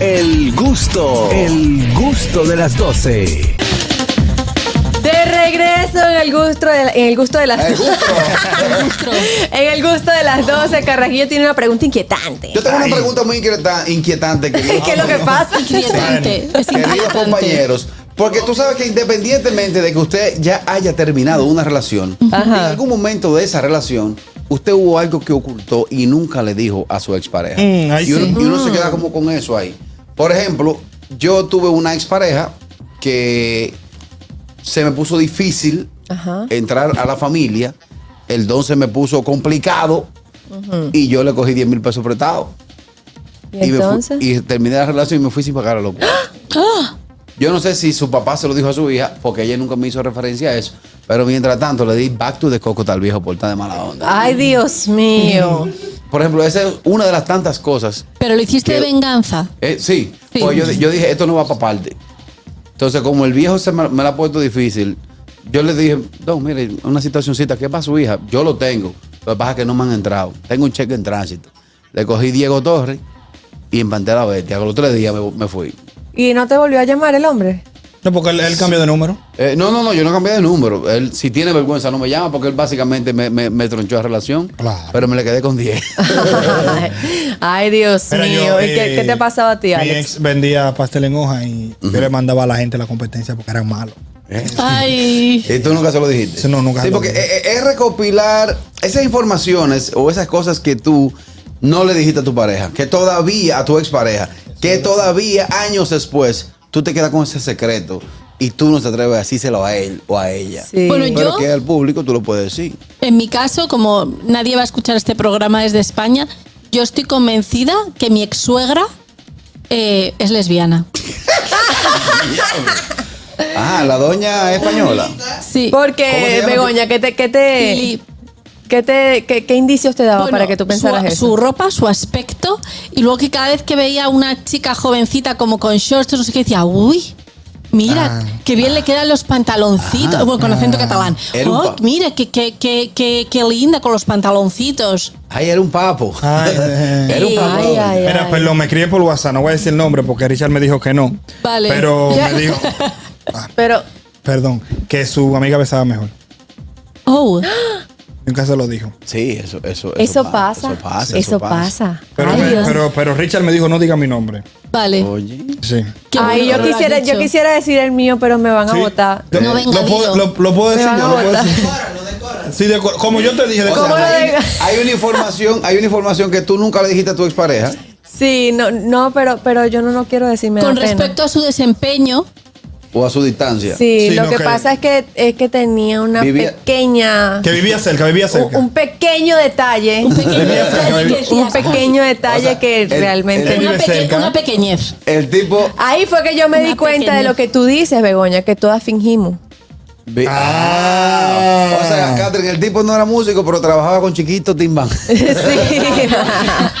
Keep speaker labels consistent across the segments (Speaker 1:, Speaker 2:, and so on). Speaker 1: El gusto, el gusto de las 12.
Speaker 2: De regreso en el gusto de, la- en el gusto de las
Speaker 3: El gusto.
Speaker 2: en el gusto de las 12, Carrajillo tiene una pregunta inquietante.
Speaker 3: Yo tengo una pregunta muy inquieta- inquietante. queridos
Speaker 2: ¿Qué es lo que
Speaker 3: amigos,
Speaker 2: pasa?
Speaker 4: Inquietante. Es
Speaker 3: Queridos
Speaker 4: impactante.
Speaker 3: compañeros, porque tú sabes que independientemente de que usted ya haya terminado una relación, en algún momento de esa relación, usted hubo algo que ocultó y nunca le dijo a su expareja.
Speaker 5: Mm, ahí
Speaker 3: y, uno,
Speaker 5: sí.
Speaker 3: y uno se queda como con eso ahí. Por ejemplo, yo tuve una expareja que se me puso difícil
Speaker 2: Ajá.
Speaker 3: entrar a la familia. El don se me puso complicado y yo le cogí 10 mil pesos prestados.
Speaker 2: ¿Y
Speaker 3: me fu-
Speaker 2: entonces? ¡Ah!
Speaker 3: y terminé la relación y me fui sin pagar a los cuartos. Yo no sé si su papá se lo dijo a su hija, porque ella nunca me hizo referencia a eso. Pero mientras tanto, le di back to the coco al viejo por tan de mala onda.
Speaker 2: Ay, Dios mío.
Speaker 3: Por ejemplo, esa es una de las tantas cosas.
Speaker 4: Pero lo hiciste de
Speaker 3: ¿Qué?
Speaker 4: venganza.
Speaker 3: Eh, sí,
Speaker 4: Sí.
Speaker 3: pues yo, yo dije, esto no va para parte. Entonces, como el viejo se me, me la ha puesto difícil, yo le dije, don, mire, una situacioncita, ¿qué para su hija? Yo lo tengo. Lo que pasa es que no me han entrado. Tengo un cheque en tránsito. Le cogí Diego Torres y empanté a la bestia. Con los tres días me, me fui.
Speaker 2: ¿Y no te volvió a llamar el hombre?
Speaker 5: No, porque él, él cambió de número.
Speaker 3: Eh, no, no, no, yo no cambié de número. Él, si tiene vergüenza, no me llama porque él básicamente me, me- me tronchó la relación.
Speaker 5: Claro.
Speaker 3: Pero me le quedé con 10.
Speaker 2: Ay, Dios
Speaker 5: Era
Speaker 2: mío.
Speaker 5: yo,
Speaker 2: ¿Y qué,
Speaker 5: eh,
Speaker 2: qué te pasaba a ti,
Speaker 5: mi
Speaker 2: Alex?
Speaker 5: ex vendía pastel en hoja y yo le mandaba a la gente la competencia porque eran malos.
Speaker 4: Ay.
Speaker 3: ¿Y tú nunca se lo dijiste?
Speaker 5: Sí, no, nunca
Speaker 3: Sí,
Speaker 5: se lo
Speaker 3: porque eh,
Speaker 5: dije.
Speaker 3: es, es recopilar esas informaciones o esas cosas que tú no le dijiste a tu pareja, que todavía, a tu expareja, que todavía años después tú te quedas con ese secreto y tú no te atreves a decírselo a él o a ella.
Speaker 2: Sí.
Speaker 4: Bueno,
Speaker 3: Pero
Speaker 4: yo-
Speaker 3: que al público tú lo puedes decir.
Speaker 4: En mi caso, como nadie va a escuchar este programa desde España, yo estoy convencida que mi ex suegra eh, es lesbiana.
Speaker 3: Ah, la doña española.
Speaker 4: Sí.
Speaker 3: ¿Cómo se
Speaker 2: Porque,
Speaker 3: llama?
Speaker 2: Begoña, ¿qué te, qué te,
Speaker 4: Y-
Speaker 2: qué te- qué- qué indicios te daba
Speaker 4: Bueno,
Speaker 2: para que tú pensaras
Speaker 4: su,
Speaker 2: eso?
Speaker 4: su ropa, su aspecto, y luego que cada vez que veía a una chica jovencita como con shorts, no sé qué, decía, uy, mira,
Speaker 5: Ah.
Speaker 4: qué bien le quedan los pantaloncitos,
Speaker 2: Ah.
Speaker 4: bueno, con acento catalán.
Speaker 3: Era un
Speaker 4: Oh,
Speaker 3: pa-
Speaker 4: mira, qué, qué, qué, qué, qué linda con los pantaloncitos.
Speaker 3: Ay, era un papo.
Speaker 5: Ay,
Speaker 3: era un papo.
Speaker 2: Ay, ay,
Speaker 5: Mira,
Speaker 2: ay.
Speaker 5: perdón, me escribe por WhatsApp, no voy a decir el nombre porque Richard me dijo que no.
Speaker 4: Vale.
Speaker 5: Pero
Speaker 4: Ya.
Speaker 5: me dijo, pues,
Speaker 2: Pero,
Speaker 5: perdón, que su amiga besaba mejor.
Speaker 4: Oh,
Speaker 5: Nunca se lo dijo.
Speaker 3: Sí, eso, Pues eso,
Speaker 2: eso,
Speaker 3: pa-
Speaker 2: pasa,
Speaker 3: Eso pasa. eso pasa.
Speaker 5: Pero,
Speaker 2: Ay,
Speaker 5: me-
Speaker 2: Dios.
Speaker 5: pero, pero Richard me dijo, no diga mi nombre.
Speaker 4: vale.
Speaker 3: Oye.
Speaker 5: Sí.
Speaker 4: Qué
Speaker 2: Ay,
Speaker 4: bueno que
Speaker 2: yo
Speaker 4: lo has
Speaker 2: quisiera, yo
Speaker 4: dicho.
Speaker 2: quisiera decir el mío, pero me van a
Speaker 5: Sí.
Speaker 2: votar.
Speaker 5: Lo-
Speaker 4: No venga,
Speaker 5: lo, puedo,
Speaker 4: dilo.
Speaker 5: lo, lo puedo
Speaker 2: Me
Speaker 5: decir
Speaker 2: van
Speaker 5: yo,
Speaker 2: a
Speaker 5: lo puedo
Speaker 2: votar.
Speaker 5: decir. Sí, de acuerdo. como yo te dije, de
Speaker 3: O
Speaker 2: ¿Cómo
Speaker 3: sea,
Speaker 2: lo
Speaker 3: hay,
Speaker 2: de-
Speaker 3: hay una información, hay una información que tú nunca le dijiste a tu expareja.
Speaker 2: Sí, no, no, pero, pero yo no lo quiero decir. me da
Speaker 4: Con
Speaker 2: pena.
Speaker 4: respecto a su desempeño,
Speaker 3: o a su distancia.
Speaker 2: Sí,
Speaker 5: Sí,
Speaker 2: lo
Speaker 5: no,
Speaker 2: que
Speaker 5: que-
Speaker 2: pasa es que, es que tenía una
Speaker 3: Vivía-
Speaker 2: pequeña.
Speaker 5: que vivía cerca, vivía
Speaker 2: un-
Speaker 5: cerca.
Speaker 2: Un pequeño detalle.
Speaker 4: un pequeño
Speaker 5: Tenía cerca,
Speaker 4: detalle que
Speaker 5: baby.
Speaker 2: Un
Speaker 4: decías,
Speaker 2: pequeño detalle que
Speaker 3: el-
Speaker 2: realmente.
Speaker 3: el-
Speaker 4: una,
Speaker 5: Vive
Speaker 4: peque-
Speaker 5: cerca.
Speaker 4: una pequeñez.
Speaker 3: El tipo.
Speaker 2: Ahí fue que yo me
Speaker 4: Una
Speaker 2: di cuenta de
Speaker 4: pequeñez.
Speaker 2: lo que tú dices, Begoña, que todas fingimos.
Speaker 3: vi-
Speaker 5: Ah.
Speaker 3: O sea, Catherine, el tipo no era músico, pero trabajaba con chiquito Timban.
Speaker 2: sí.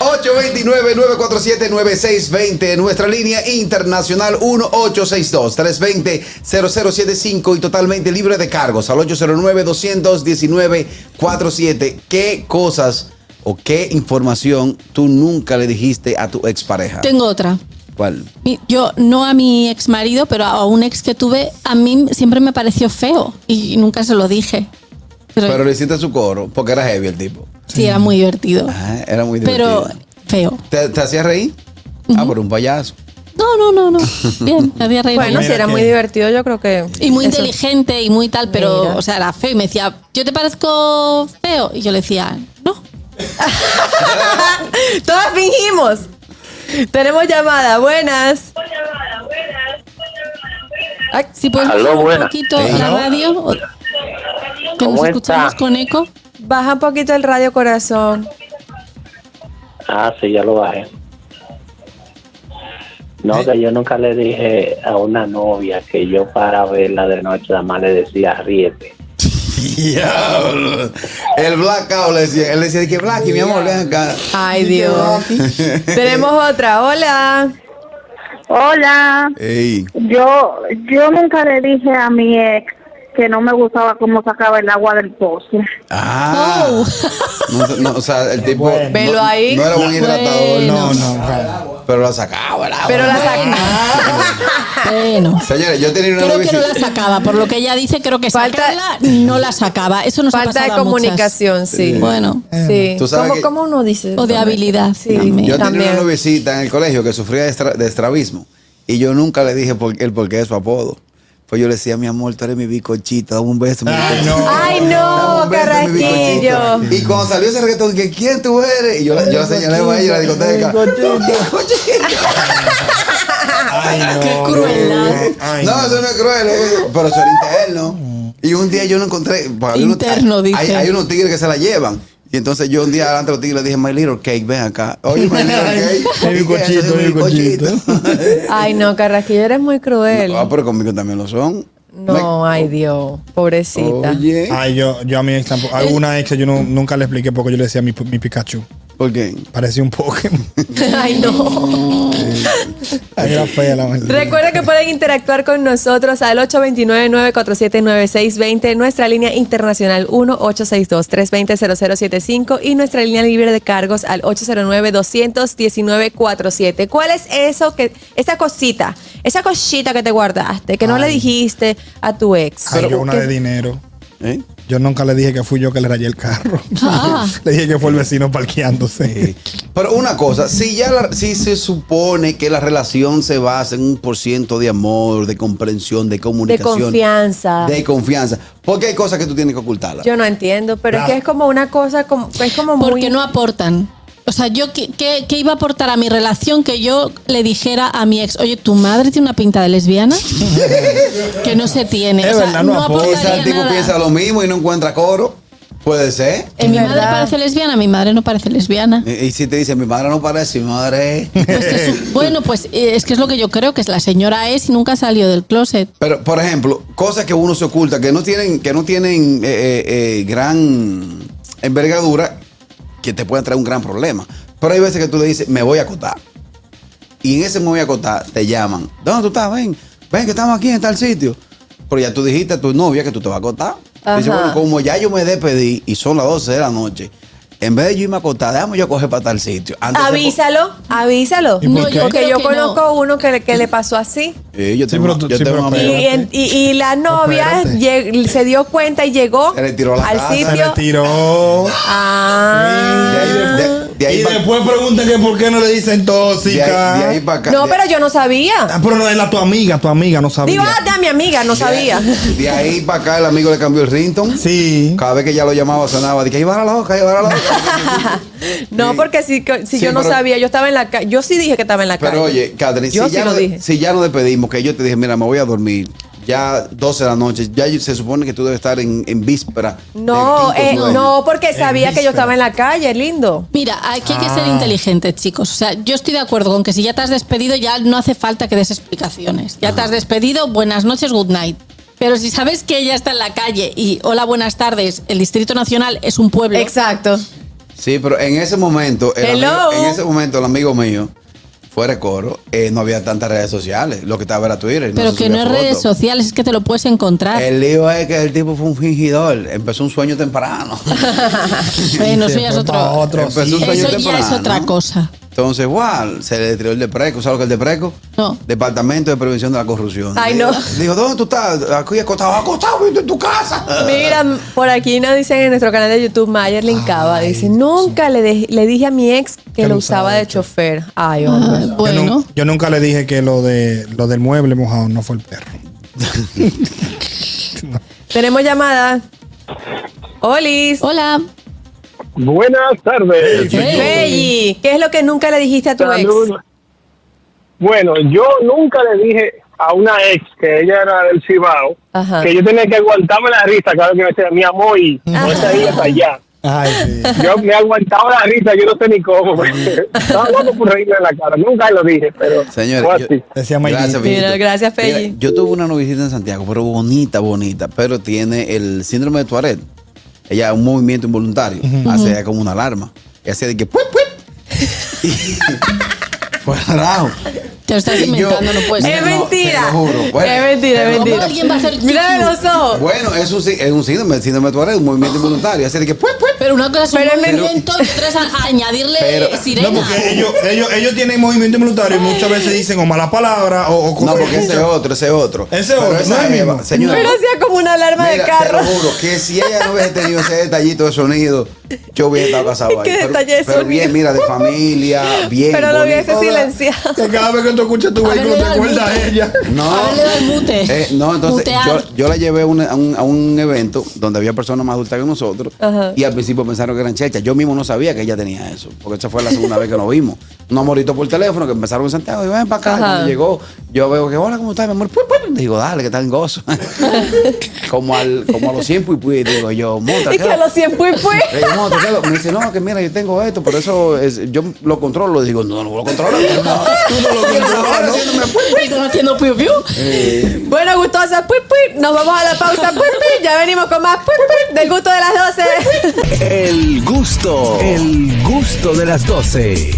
Speaker 3: 829-947-9620, nuestra línea internacional 1862-320-0075 y totalmente libre de cargos al 809-219-47. ¿Qué cosas o qué información tú nunca le dijiste a tu expareja?
Speaker 4: Tengo otra.
Speaker 3: ¿Cuál?
Speaker 4: Mi- Yo no a mi ex marido, pero a un ex que tuve, a mí siempre me pareció feo y nunca se lo dije. Pero,
Speaker 3: Pero le hiciste su coro, porque era heavy el tipo.
Speaker 4: sí, era muy divertido.
Speaker 3: Ah, era muy divertido.
Speaker 4: Pero feo.
Speaker 3: ¿Te, te hacía reír? Ah, por un payaso.
Speaker 4: No, no, no, no. Bien, me hacía reír.
Speaker 2: Bueno,
Speaker 5: Mira
Speaker 2: si era
Speaker 5: que-
Speaker 2: muy divertido, yo creo que.
Speaker 4: Y muy
Speaker 2: eso-
Speaker 4: inteligente y muy tal, pero,
Speaker 2: Mira.
Speaker 4: o sea, era feo. Y me decía, ¿yo te parezco feo? Y yo le decía, no.
Speaker 2: Todas fingimos. Tenemos llamada, buenas.
Speaker 4: Ay, si puedes
Speaker 6: Aló,
Speaker 4: bajar un
Speaker 6: buena.
Speaker 4: poquito
Speaker 3: Hey.
Speaker 4: la
Speaker 5: Aló.
Speaker 4: radio, o- que nos
Speaker 6: ¿Cómo
Speaker 4: escuchamos
Speaker 6: está?
Speaker 4: con eco.
Speaker 2: Baja un poquito el radio corazón.
Speaker 6: Ah, sí, ya lo bajé. No, que yo nunca le dije a una novia que yo para verla de noche, nada más le decía ríete.
Speaker 3: Diablo. El blackout le decía. Él decía que Blacky, mi amor, ven acá.
Speaker 4: Ah.
Speaker 2: Ay, Dios. Tenemos otra, hola.
Speaker 7: Hola,
Speaker 3: Ey.
Speaker 7: yo yo nunca le dije a mi ex que no me gustaba cómo sacaba el agua del pozo.
Speaker 3: Ah.
Speaker 4: Oh.
Speaker 3: No, no, o sea, el tipo.
Speaker 5: Bueno.
Speaker 2: Velo
Speaker 3: no-
Speaker 2: ahí.
Speaker 3: No era un hidratador,
Speaker 5: No,
Speaker 4: Bueno.
Speaker 5: no, claro.
Speaker 3: pero la sacaba, el agua.
Speaker 2: Pero la saca.
Speaker 4: Ah, Bueno.
Speaker 3: Señores, yo tenía una
Speaker 4: Creo que no la
Speaker 3: novicita-
Speaker 4: sacaba, por lo que ella dice, creo que
Speaker 2: Falta-
Speaker 4: sacarla no la sacaba. Eso nos ha
Speaker 2: Falta de
Speaker 4: pasado a muchas.
Speaker 2: comunicación, sí.
Speaker 4: Bueno,
Speaker 2: Sí.
Speaker 3: Tú sabes
Speaker 2: ¿Cómo,
Speaker 3: que-
Speaker 2: cómo uno dice?
Speaker 4: o de habilidad
Speaker 2: Sí.
Speaker 4: también.
Speaker 3: Yo tenía
Speaker 2: También.
Speaker 3: una novicita en el colegio que sufría de, estra- de estrabismo y yo nunca le dije por, el porqué de su apodo. Pues yo le decía, mi amor, tú eres mi bicochito, dame un beso. mi
Speaker 5: Ay,
Speaker 3: bicochito".
Speaker 5: no.
Speaker 2: Ay,
Speaker 3: Dame
Speaker 2: no,
Speaker 3: un beso, mi
Speaker 2: Carrasquillo.
Speaker 3: bicochito. Y cuando salió ese reggaetón, que ¿quién tú eres? Y yo la, yo la señalé a ella en la discoteca.
Speaker 5: Ay, no.
Speaker 4: Qué crueldad.
Speaker 5: Ay,
Speaker 3: no, eso no es cruel, eh, pero eso era interno. Y un día yo lo encontré. pues, hay unos-
Speaker 4: Interno,
Speaker 3: hay-
Speaker 4: dice.
Speaker 3: Hay, unos tigres que se la llevan. Y entonces yo un día delante de los tigres le dije, My little cake, ven acá. Oye, my little cake.
Speaker 5: El
Speaker 3: ¿Y qué es eso?
Speaker 5: bizcochito, el bizcochito.
Speaker 2: Ay, no, Carrasquillo, eres muy cruel.
Speaker 3: Ah, pero conmigo también lo son.
Speaker 2: No, ay, Dios.
Speaker 3: Me-
Speaker 2: Pobrecita.
Speaker 3: Oye.
Speaker 5: Ay, yo, yo a mi ex tampoco. A una ex que yo no- nunca le expliqué porque yo le decía mi, mi Pikachu.
Speaker 3: ¿Por qué?
Speaker 5: Parecía un Pokémon.
Speaker 2: Ay, no.
Speaker 5: Ay, era fea la verdad.
Speaker 2: Recuerda que pueden interactuar con nosotros al 829-947-9620, nuestra línea internacional 1-862-320-0075 y nuestra línea libre de cargos al 809-219-47. ¿Cuál es eso que, esa cosita, esa cosita que te guardaste, que no le dijiste a tu ex?
Speaker 5: Ay, yo una
Speaker 2: Que-
Speaker 5: de dinero.
Speaker 3: ¿Eh?
Speaker 5: Yo nunca le dije que fui yo que le rayé el carro.
Speaker 4: Ah.
Speaker 5: le dije que fue el vecino parqueándose.
Speaker 3: Pero una cosa, si ya la- si se supone que la relación se basa en un por ciento de amor, de comprensión, de comunicación.
Speaker 2: confianza.
Speaker 3: De confianza. Porque hay cosas que tú tienes que ocultarlas.
Speaker 2: Yo no entiendo, pero es
Speaker 5: Claro.
Speaker 2: que es como una cosa, como, es como muy...
Speaker 4: Porque no aportan. O sea, yo qué, qué- qué iba a aportar a mi relación que yo le dijera a mi ex, oye, tu madre tiene una pinta de lesbiana que no se tiene.
Speaker 5: Es
Speaker 4: o sea,
Speaker 5: verdad, no aporta.
Speaker 4: aportaría
Speaker 3: Quizás el tipo
Speaker 4: nada.
Speaker 3: piensa lo mismo y no encuentra coro. Puede ser.
Speaker 4: Eh, mi madre parece lesbiana, mi madre no parece lesbiana.
Speaker 3: Y, y si te dice, mi madre no parece, mi madre es".
Speaker 4: Pues que su- bueno, pues eh, es que es lo que yo creo que es la señora es y nunca salió del closet.
Speaker 3: Pero, por ejemplo, cosas que uno se oculta, que no tienen, que no tienen eh, eh, eh, gran envergadura, que te pueden traer un gran problema. Pero hay veces que tú le dices, me voy a acotar. Y en ese me voy a acotar, te llaman. ¿Dónde tú estás? Ven, ven, que estamos aquí en tal sitio. Pero ya tú dijiste a tu novia que tú te vas a acotar. Dice,
Speaker 2: Ajá.
Speaker 3: bueno, como ya yo me despedí y son las 12 de la noche, en vez de yo irme a acotar, déjame yo coger para tal sitio. Antes de-
Speaker 2: Avísalo, avísalo.
Speaker 5: ¿Y por No, qué? yo
Speaker 2: Porque
Speaker 4: creo
Speaker 2: yo
Speaker 4: que
Speaker 2: conozco
Speaker 4: no.
Speaker 2: uno que, le- que le pasó así.
Speaker 3: Eh, yo
Speaker 5: Sí,
Speaker 3: tengo,
Speaker 5: pero tú-
Speaker 3: yo
Speaker 5: sí,
Speaker 3: tengo
Speaker 5: pero
Speaker 3: una
Speaker 2: Y,
Speaker 3: amiga-
Speaker 5: espérate.
Speaker 2: en- y- y la novia
Speaker 5: Espérate.
Speaker 2: lleg- se dio cuenta y llegó
Speaker 3: Se le tiró la
Speaker 2: al
Speaker 3: casa,
Speaker 5: Se
Speaker 2: sitio.
Speaker 5: retiró.
Speaker 2: Ah.
Speaker 3: De ahí- de- de ahí
Speaker 5: y
Speaker 3: pa-
Speaker 5: después pregunta que por qué no le dicen
Speaker 3: de
Speaker 5: tóxica.
Speaker 3: ahí- de ahí para acá.
Speaker 2: No,
Speaker 3: de-
Speaker 2: pero yo no sabía.
Speaker 5: Ah, pero no era tu amiga, tu amiga, no sabía.
Speaker 2: Digo, ah, da mi amiga, no sabía.
Speaker 3: De ahí para acá el amigo le cambió el rington.
Speaker 5: sí.
Speaker 3: Cada vez que ya lo llamaba sonaba, dije, ahí va la loca, ahí va la loca.
Speaker 2: No, porque si, que- si
Speaker 3: Sí,
Speaker 2: yo no
Speaker 3: pero-
Speaker 2: sabía, yo estaba en la calle. Yo sí dije que estaba en la calle.
Speaker 3: Pero oye, Catherine,
Speaker 2: Yo
Speaker 3: si,
Speaker 2: sí
Speaker 3: ya
Speaker 2: lo
Speaker 3: no,
Speaker 2: dije.
Speaker 3: si ya nos despedimos, que yo te dije, mira, me voy a dormir, ya 12 de la noche, ya yo- se supone que tú debes estar en, en víspera. del
Speaker 2: no,
Speaker 3: quinto
Speaker 2: eh,
Speaker 3: sueño.
Speaker 2: no, porque
Speaker 5: En
Speaker 2: sabía que yo
Speaker 5: víspera.
Speaker 2: estaba en la calle, lindo.
Speaker 4: Mira, aquí hay que ser
Speaker 5: Ah.
Speaker 4: inteligentes, chicos. O sea, yo estoy de acuerdo con que si ya te has despedido, ya no hace falta que des explicaciones. Ya te has despedido, buenas noches, good night. Pero si sabes que ella está en la calle y hola, buenas tardes, el Distrito Nacional es un pueblo.
Speaker 2: Exacto.
Speaker 3: Sí, pero en ese momento, el
Speaker 2: Hello.
Speaker 3: amigo- en ese momento el amigo mío, fuera de coro, eh, no había tantas redes sociales. Lo que estaba era Twitter.
Speaker 4: Pero
Speaker 3: se
Speaker 4: que no
Speaker 3: subía
Speaker 4: es
Speaker 3: foto.
Speaker 4: redes sociales, es que te lo puedes encontrar.
Speaker 3: El lío es que el tipo fue un fingidor. Empezó un sueño temprano.
Speaker 4: Bueno, eso ya es
Speaker 5: Después
Speaker 4: otro.
Speaker 5: pa' otro
Speaker 3: Empezó
Speaker 5: sitio.
Speaker 3: un sueño
Speaker 4: Eso ya
Speaker 3: temprano.
Speaker 4: es otra cosa.
Speaker 3: Entonces, igual, se le tiró el de preco. ¿Sabes lo que es el de preco?
Speaker 4: No.
Speaker 3: Departamento de Prevención de la Corrupción.
Speaker 2: Ay,
Speaker 3: Dijo-
Speaker 2: no.
Speaker 3: Dijo, ¿dónde tú estás? Aquí acostado, acostado, en tu casa.
Speaker 2: Mira, por aquí nos dicen en nuestro canal de YouTube, Mayer Lincaba,
Speaker 5: Ay,
Speaker 2: dice, nunca le, dej- le dije a mi ex que lo usaba de chofer. Ay, hombre.
Speaker 4: Ah,
Speaker 5: Yo, nun-
Speaker 4: bueno,
Speaker 5: yo nunca le dije que lo de lo del mueble mojado no fue el perro.
Speaker 2: Tenemos llamada. Olis.
Speaker 4: hola.
Speaker 8: Buenas tardes.
Speaker 2: Belly, ¿qué es lo que nunca le dijiste a tu ex?
Speaker 8: Saludos. Bueno, yo nunca le dije a una ex que ella era del Cibao
Speaker 2: Ajá.
Speaker 8: que yo tenía que aguantarme la risa cada vez que me decía mi amor y no está ahí hasta allá.
Speaker 5: Ay, sí.
Speaker 8: Yo me aguantaba la risa, yo no sé ni cómo. Estaba loco por reírme en la cara. Nunca lo dije, pero fue
Speaker 3: Señores,
Speaker 8: así.
Speaker 3: yo-
Speaker 5: Decía Maylin.
Speaker 3: gracias,
Speaker 2: Mira,
Speaker 3: Fellito.
Speaker 2: gracias, Felli.
Speaker 3: Mira, Yo tuve una novicita en Santiago, pero bonita, bonita, pero tiene el síndrome de Tourette. Ella un movimiento involuntario, hace como una alarma. Y hacía de que ¡puip, puip! Y- fue raro.
Speaker 4: Te lo estás inventando, no puede
Speaker 3: Mira,
Speaker 2: Es
Speaker 4: ser.
Speaker 3: no,
Speaker 2: mentira.
Speaker 3: te lo juro. Bueno,
Speaker 2: es mentira, es
Speaker 4: ¿cómo
Speaker 2: mentira.
Speaker 4: alguien va a hacer
Speaker 2: Mira
Speaker 4: yuyu?
Speaker 2: los ojos.
Speaker 3: Bueno, es un, sí- es un síndrome, el síndrome de Tuareg, un movimiento involuntario. Así de que, pues, pues.
Speaker 4: Pero una cosa es un
Speaker 2: Pero es mentira.
Speaker 4: movimiento y otra es a- añadirle
Speaker 3: Pero-
Speaker 4: sirena.
Speaker 5: No, porque ellos, ellos, ellos tienen movimiento involuntario y muchas veces dicen o malas palabras o, o cosas.
Speaker 3: No, porque ese es
Speaker 5: muchas-
Speaker 3: otro, ese es otro.
Speaker 5: Ese es
Speaker 3: Pero
Speaker 5: otro,
Speaker 3: esa
Speaker 5: no es el
Speaker 3: jeva,
Speaker 5: mismo.
Speaker 3: señora,
Speaker 2: Pero hacía como una alarma
Speaker 3: mira,
Speaker 2: de carro.
Speaker 3: Te lo juro, que si ella no hubiese tenido ese detallito de sonido, yo hubiera estado casado ahí.
Speaker 2: Qué
Speaker 3: Pero-
Speaker 2: detalle de
Speaker 3: pero, bien,
Speaker 2: sonido.
Speaker 3: mira, de familia, bien.
Speaker 2: Pero lo hubiese
Speaker 3: bonito.
Speaker 2: silenciado.
Speaker 5: Que cada vez que tú escuchas tu
Speaker 4: A ver,
Speaker 5: vehículo te
Speaker 4: dale al
Speaker 5: acuerdas
Speaker 4: mute.
Speaker 5: de ella.
Speaker 3: No.
Speaker 4: Haberle dado el mute.
Speaker 3: Eh, no, entonces
Speaker 4: Mutear.
Speaker 3: yo, yo la llevé a un, a, un, a un evento donde había personas más adultas que nosotros
Speaker 2: Ajá.
Speaker 3: y al principio pensaron que eran chechas. Yo mismo no sabía que ella tenía eso, porque esa fue la segunda vez que nos vimos. Un amorito por teléfono que empezaron en Santiago y ven para acá.
Speaker 2: Ajá.
Speaker 3: Cuando llegó, yo veo que, hola, ¿cómo estás, mi amor? Pues, pues, digo, dale, que está en gozo. como, al, como a los 100 y pues, digo yo, monta.
Speaker 2: Y que a los 100 fue fue.
Speaker 3: Le digo, "Monta, ¿qué lo-?" Me dice, no, que mira, yo tengo esto, por eso es- yo lo controlo. Digo, no, no lo controlo. No, tú no lo controlas. ¿no?
Speaker 4: Están haciendo piu piu.
Speaker 2: Bueno, gustosa, puip, puip. Nos vamos a la pausa, puip, puip. Ya venimos con más puip, puip del gusto de las 12.
Speaker 1: El gusto, el gusto de las 12.